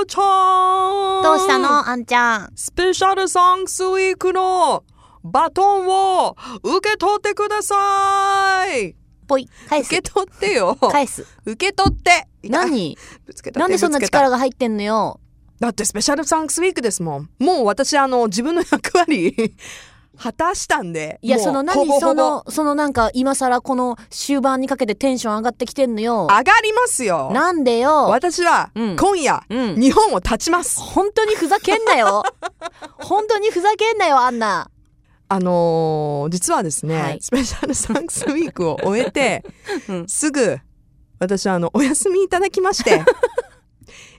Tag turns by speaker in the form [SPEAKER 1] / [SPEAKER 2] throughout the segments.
[SPEAKER 1] ルちゃん
[SPEAKER 2] どうしたのあんちゃん。
[SPEAKER 1] スペシャルサンクスウィークのバトンを受け取ってください
[SPEAKER 2] ぽい。返
[SPEAKER 1] 受け。
[SPEAKER 2] す
[SPEAKER 1] 取ってよ
[SPEAKER 2] 返す。
[SPEAKER 1] 受け取って
[SPEAKER 2] 何
[SPEAKER 1] ぶつけた
[SPEAKER 2] なんでそんな
[SPEAKER 1] 手ぶつけた
[SPEAKER 2] 力が入ってんのよ。
[SPEAKER 1] だってスペシャルサンクスウィークですもんもう私あの自分の役割 果たしたんで
[SPEAKER 2] いや、
[SPEAKER 1] もう
[SPEAKER 2] その何
[SPEAKER 1] ほぼほぼ
[SPEAKER 2] その、そのなんか今更この終盤にかけてテンション上がってきてんのよ。
[SPEAKER 1] 上がりますよ
[SPEAKER 2] なんでよ。
[SPEAKER 1] 私は
[SPEAKER 2] うん
[SPEAKER 1] 今夜、
[SPEAKER 2] うん。
[SPEAKER 1] 日本を立ちます
[SPEAKER 2] 本当にふざけんな よ。本当にふざけんなよ、あんな。
[SPEAKER 1] あのー実はですね、
[SPEAKER 2] はい
[SPEAKER 1] スペシャルサンクスウィークを終えて、
[SPEAKER 2] うん
[SPEAKER 1] すぐ私あのお休みいただきまして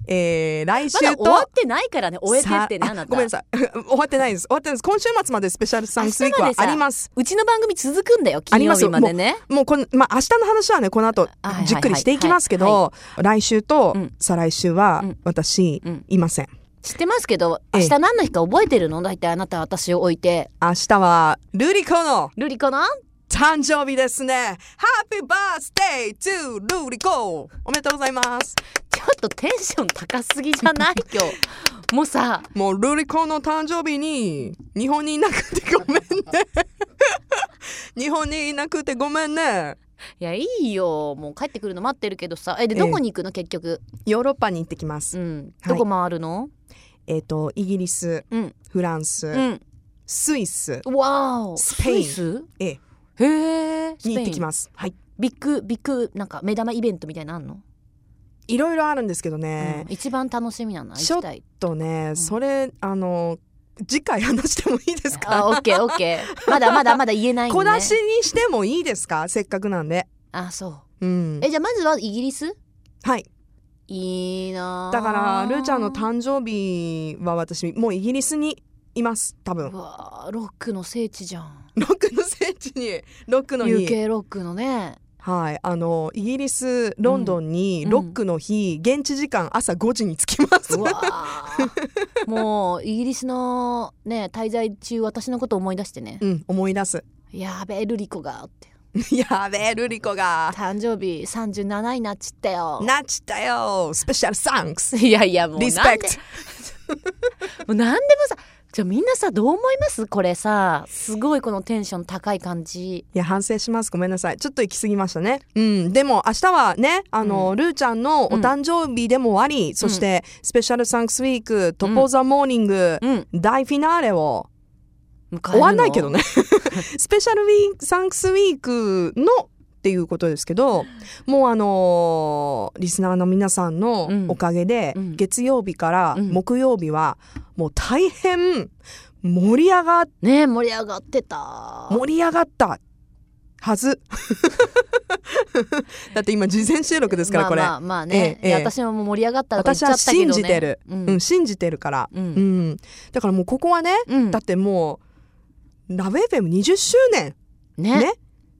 [SPEAKER 1] えー、来週
[SPEAKER 2] まだ
[SPEAKER 1] と
[SPEAKER 2] 終わってないからね、終えてってね、
[SPEAKER 1] さ
[SPEAKER 2] あ
[SPEAKER 1] あ
[SPEAKER 2] なた。
[SPEAKER 1] ごめんなさい 終わってないです終わってないです今週末までスペシャルサンクスウィークは
[SPEAKER 2] 明日ま
[SPEAKER 1] あ
[SPEAKER 2] でさ
[SPEAKER 1] ります
[SPEAKER 2] うちの番組続くんだよ、
[SPEAKER 1] あ
[SPEAKER 2] 金
[SPEAKER 1] り
[SPEAKER 2] 曜
[SPEAKER 1] ます
[SPEAKER 2] 日までね。
[SPEAKER 1] もうこの、まあ、明日の話はねこの後
[SPEAKER 2] あはいはいはい
[SPEAKER 1] じっくりしていきますけど来週と
[SPEAKER 2] うん
[SPEAKER 1] 再来週は
[SPEAKER 2] うん
[SPEAKER 1] 私
[SPEAKER 2] うん
[SPEAKER 1] いません
[SPEAKER 2] 知ってますけど、
[SPEAKER 1] え
[SPEAKER 2] 明
[SPEAKER 1] え
[SPEAKER 2] 日何の日か覚えてるの大体あなた私を置いて。
[SPEAKER 1] 明日はルリコの
[SPEAKER 2] ルリコの
[SPEAKER 1] 誕生日ですね Happy birthday to ルリコおめでとうございます
[SPEAKER 2] ちょっとテンション高すぎじゃない今 日。もうさ、
[SPEAKER 1] もうルリコの誕生日に日本にいなくてご めんね日本にいなくてごめんね
[SPEAKER 2] いやいいよもう帰ってくるの待ってるけどさえで
[SPEAKER 1] ええ
[SPEAKER 2] どこに行くの結局
[SPEAKER 1] ヨーロッパに行ってきます、
[SPEAKER 2] うん
[SPEAKER 1] はい
[SPEAKER 2] どこ回るの
[SPEAKER 1] えっ、とイギリス
[SPEAKER 2] うん
[SPEAKER 1] フランス、
[SPEAKER 2] うん
[SPEAKER 1] スイス
[SPEAKER 2] わお
[SPEAKER 1] スペイン
[SPEAKER 2] スイ
[SPEAKER 1] え
[SPEAKER 2] スへえスペ
[SPEAKER 1] に行って
[SPEAKER 2] イ
[SPEAKER 1] き
[SPEAKER 2] ン
[SPEAKER 1] ますはい
[SPEAKER 2] ビッグビッグなんか目玉イベントみたいなのあんの、
[SPEAKER 1] いろいろあるんですけどね、
[SPEAKER 2] うん一番楽しみなの行
[SPEAKER 1] ちょ
[SPEAKER 2] きたい
[SPEAKER 1] とねそれあの次回話してもいいですか
[SPEAKER 2] あオッケーオッケーまだまだまだ言えないの
[SPEAKER 1] 小
[SPEAKER 2] ね
[SPEAKER 1] 出しにしてもいいですかせっかくなんで
[SPEAKER 2] あそう
[SPEAKER 1] うん
[SPEAKER 2] えじゃあまずはイギリス
[SPEAKER 1] はい
[SPEAKER 2] いいな
[SPEAKER 1] だからルーちゃんの
[SPEAKER 2] ん
[SPEAKER 1] 誕生日は私もうイギリスにいます多分
[SPEAKER 2] うわーロックの聖地じゃん
[SPEAKER 1] ロックの聖地にロックの日
[SPEAKER 2] UK ロックのね
[SPEAKER 1] はいあのイギリスロンドンに
[SPEAKER 2] うん
[SPEAKER 1] ロックの日、現地時間朝5時に着きます
[SPEAKER 2] うわーもうイギリスのね滞在中私のこと思い出してね
[SPEAKER 1] うん思い出す
[SPEAKER 2] やべえルリコがって
[SPEAKER 1] やべえルリコが
[SPEAKER 2] 誕生日37位なっちったよ
[SPEAKER 1] なっちったよスペシャルサンクス
[SPEAKER 2] いやいやもう
[SPEAKER 1] リス
[SPEAKER 2] な
[SPEAKER 1] ペ
[SPEAKER 2] んで
[SPEAKER 1] クト
[SPEAKER 2] もうなんでもさじゃあみんなさどう思いますこれさすごいこのテンション高い感じ
[SPEAKER 1] いや反省しますごめんなさいちょっと行き過ぎましたねうんでも明日はねあの、ルーちゃんのお誕生日でもあり、そしてスペシャルサンクスウィークトポザモーニング、
[SPEAKER 2] うん
[SPEAKER 1] 大フィナーレを
[SPEAKER 2] 迎えるの
[SPEAKER 1] 終わんないけどね スペシャルウィークサンクスウィークのっていうことですけどもうあのーリスナーの皆さんの
[SPEAKER 2] うん
[SPEAKER 1] おかげで、
[SPEAKER 2] うん
[SPEAKER 1] 月曜日から
[SPEAKER 2] うん
[SPEAKER 1] 木曜日はもう大変盛り上がっ
[SPEAKER 2] ねえ盛り上がってた
[SPEAKER 1] 盛り上がったは ずだって今事前収録ですからこれ、
[SPEAKER 2] まあまあまあね、
[SPEAKER 1] ええ
[SPEAKER 2] いや
[SPEAKER 1] ええ
[SPEAKER 2] 私はもう盛り上がったとか言っ
[SPEAKER 1] 私
[SPEAKER 2] ちゃ
[SPEAKER 1] は
[SPEAKER 2] ったけど、ね、
[SPEAKER 1] 信じてる、
[SPEAKER 2] う
[SPEAKER 1] うんん、信じてるから、
[SPEAKER 2] うん
[SPEAKER 1] うんだからもうここはね
[SPEAKER 2] うん
[SPEAKER 1] だってもうラブ FM20 周年
[SPEAKER 2] ね
[SPEAKER 1] ね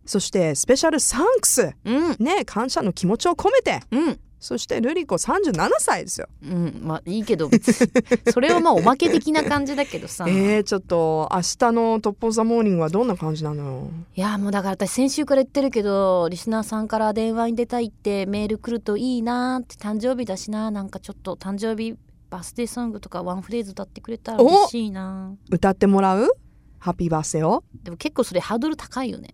[SPEAKER 1] そしてスペシャルサンクス
[SPEAKER 2] うん
[SPEAKER 1] ね感謝の気持ちを込めて
[SPEAKER 2] うん
[SPEAKER 1] そしてルリコ37歳ですよ
[SPEAKER 2] うんまあいいけど 別にそれはまあおまけ的な感じだけどさ、
[SPEAKER 1] えー、ちょっと明日の「トップ・オブ・ザ・モーニング」はどんな感じなのよ
[SPEAKER 2] いやもうだから私先週から言ってるけどリスナーさんから電話に出たいってメール来るといいなーって誕生日だしななんかちょっと誕生日バースデーソングとかワンフレーズ歌ってくれたら嬉しいな
[SPEAKER 1] 歌ってもらうハッピーバースデーを
[SPEAKER 2] でも結構それハードル高いよね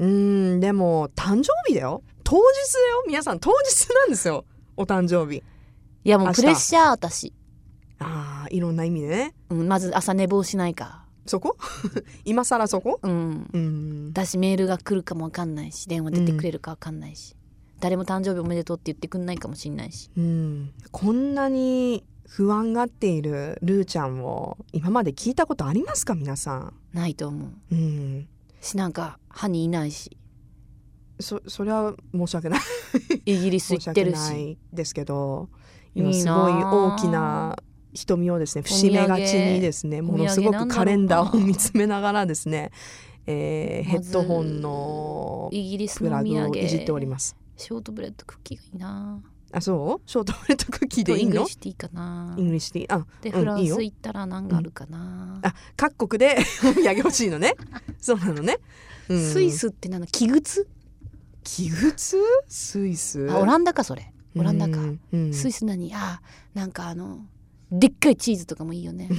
[SPEAKER 1] うーんでも誕生日だよ当日だよ皆さん当日なんですよお誕生日
[SPEAKER 2] いやも
[SPEAKER 1] 明
[SPEAKER 2] う
[SPEAKER 1] 日
[SPEAKER 2] プレッシャー私、
[SPEAKER 1] あーいろんな意味でね
[SPEAKER 2] うん、まず朝寝坊しないか
[SPEAKER 1] そこ 今更そこ
[SPEAKER 2] うん
[SPEAKER 1] うーん
[SPEAKER 2] だしメールが来るかもわかんないし電話出てくれるかわかんないし、誰も誕生日おめでとうって言ってくんないかもしんないし
[SPEAKER 1] うんこんなに不安がっているルーちゃんを今まで聞いたことありますか皆さん
[SPEAKER 2] ないと思う
[SPEAKER 1] うん、
[SPEAKER 2] しなんか歯にいないし
[SPEAKER 1] そそれは申し訳ない
[SPEAKER 2] イギリス
[SPEAKER 1] 申し
[SPEAKER 2] 行って
[SPEAKER 1] 訳
[SPEAKER 2] る
[SPEAKER 1] な
[SPEAKER 2] し
[SPEAKER 1] いですけど今
[SPEAKER 2] いい
[SPEAKER 1] す
[SPEAKER 2] な
[SPEAKER 1] ごい
[SPEAKER 2] あ
[SPEAKER 1] 大きな瞳をですね
[SPEAKER 2] お土
[SPEAKER 1] 節
[SPEAKER 2] 産
[SPEAKER 1] 目がちにですねものすご
[SPEAKER 2] お土産なんだろ
[SPEAKER 1] く
[SPEAKER 2] うな
[SPEAKER 1] カレンダーを見つめながらですね、えーヘ
[SPEAKER 2] まず
[SPEAKER 1] ッドホンの
[SPEAKER 2] イギリス
[SPEAKER 1] プ
[SPEAKER 2] の
[SPEAKER 1] ラ
[SPEAKER 2] お土
[SPEAKER 1] グを
[SPEAKER 2] 産
[SPEAKER 1] いじっております
[SPEAKER 2] ショートブレッドクッキーがいいな
[SPEAKER 1] あそうショートブレッドクッキーでいい
[SPEAKER 2] イングリッ
[SPEAKER 1] の
[SPEAKER 2] シュティーかな
[SPEAKER 1] イングリッシュティーあ
[SPEAKER 2] で
[SPEAKER 1] うん
[SPEAKER 2] フラ
[SPEAKER 1] い
[SPEAKER 2] ン
[SPEAKER 1] いよ
[SPEAKER 2] ス行ったら何があるかな、
[SPEAKER 1] あ各国で お土産欲しいのねそうなのね、うん
[SPEAKER 2] スイスってなんだ器具
[SPEAKER 1] 器物スイス
[SPEAKER 2] あオランダかそれオランダか、
[SPEAKER 1] うん
[SPEAKER 2] スイスなにあーなんかあのでっかいチーズとかもい いよね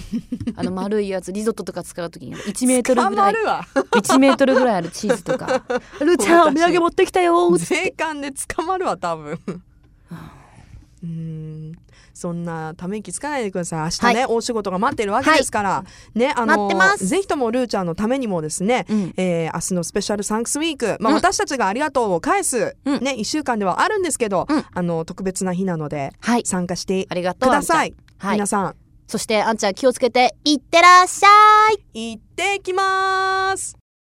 [SPEAKER 2] あの丸いやつリゾットとか使う時に1メートルぐらい
[SPEAKER 1] 捕まるわ
[SPEAKER 2] 1メートルぐらいあるチーズ とか「ルーちゃんお土産持ってきたよ」つって
[SPEAKER 1] 税関で捕まるわ多分うんそんなため息つかないでください明日ね、大仕事が待ってるわけですから、ねあ
[SPEAKER 2] 待
[SPEAKER 1] の
[SPEAKER 2] ってます
[SPEAKER 1] ぜひともルーちゃんのためにもですね、
[SPEAKER 2] うん
[SPEAKER 1] えー明日のスペシャルサンクスウィーク、まあ
[SPEAKER 2] うん
[SPEAKER 1] 私たちがありがとうを返す、
[SPEAKER 2] うん
[SPEAKER 1] ね、1週間ではあるんですけど、
[SPEAKER 2] うん
[SPEAKER 1] あの特別な日なので
[SPEAKER 2] はい
[SPEAKER 1] 参加して
[SPEAKER 2] ありがと
[SPEAKER 1] く
[SPEAKER 2] う
[SPEAKER 1] ださい、
[SPEAKER 2] あんちゃんはい
[SPEAKER 1] 皆さん
[SPEAKER 2] そしてあんちゃん気をつけていってらっしゃい
[SPEAKER 1] 行ってきます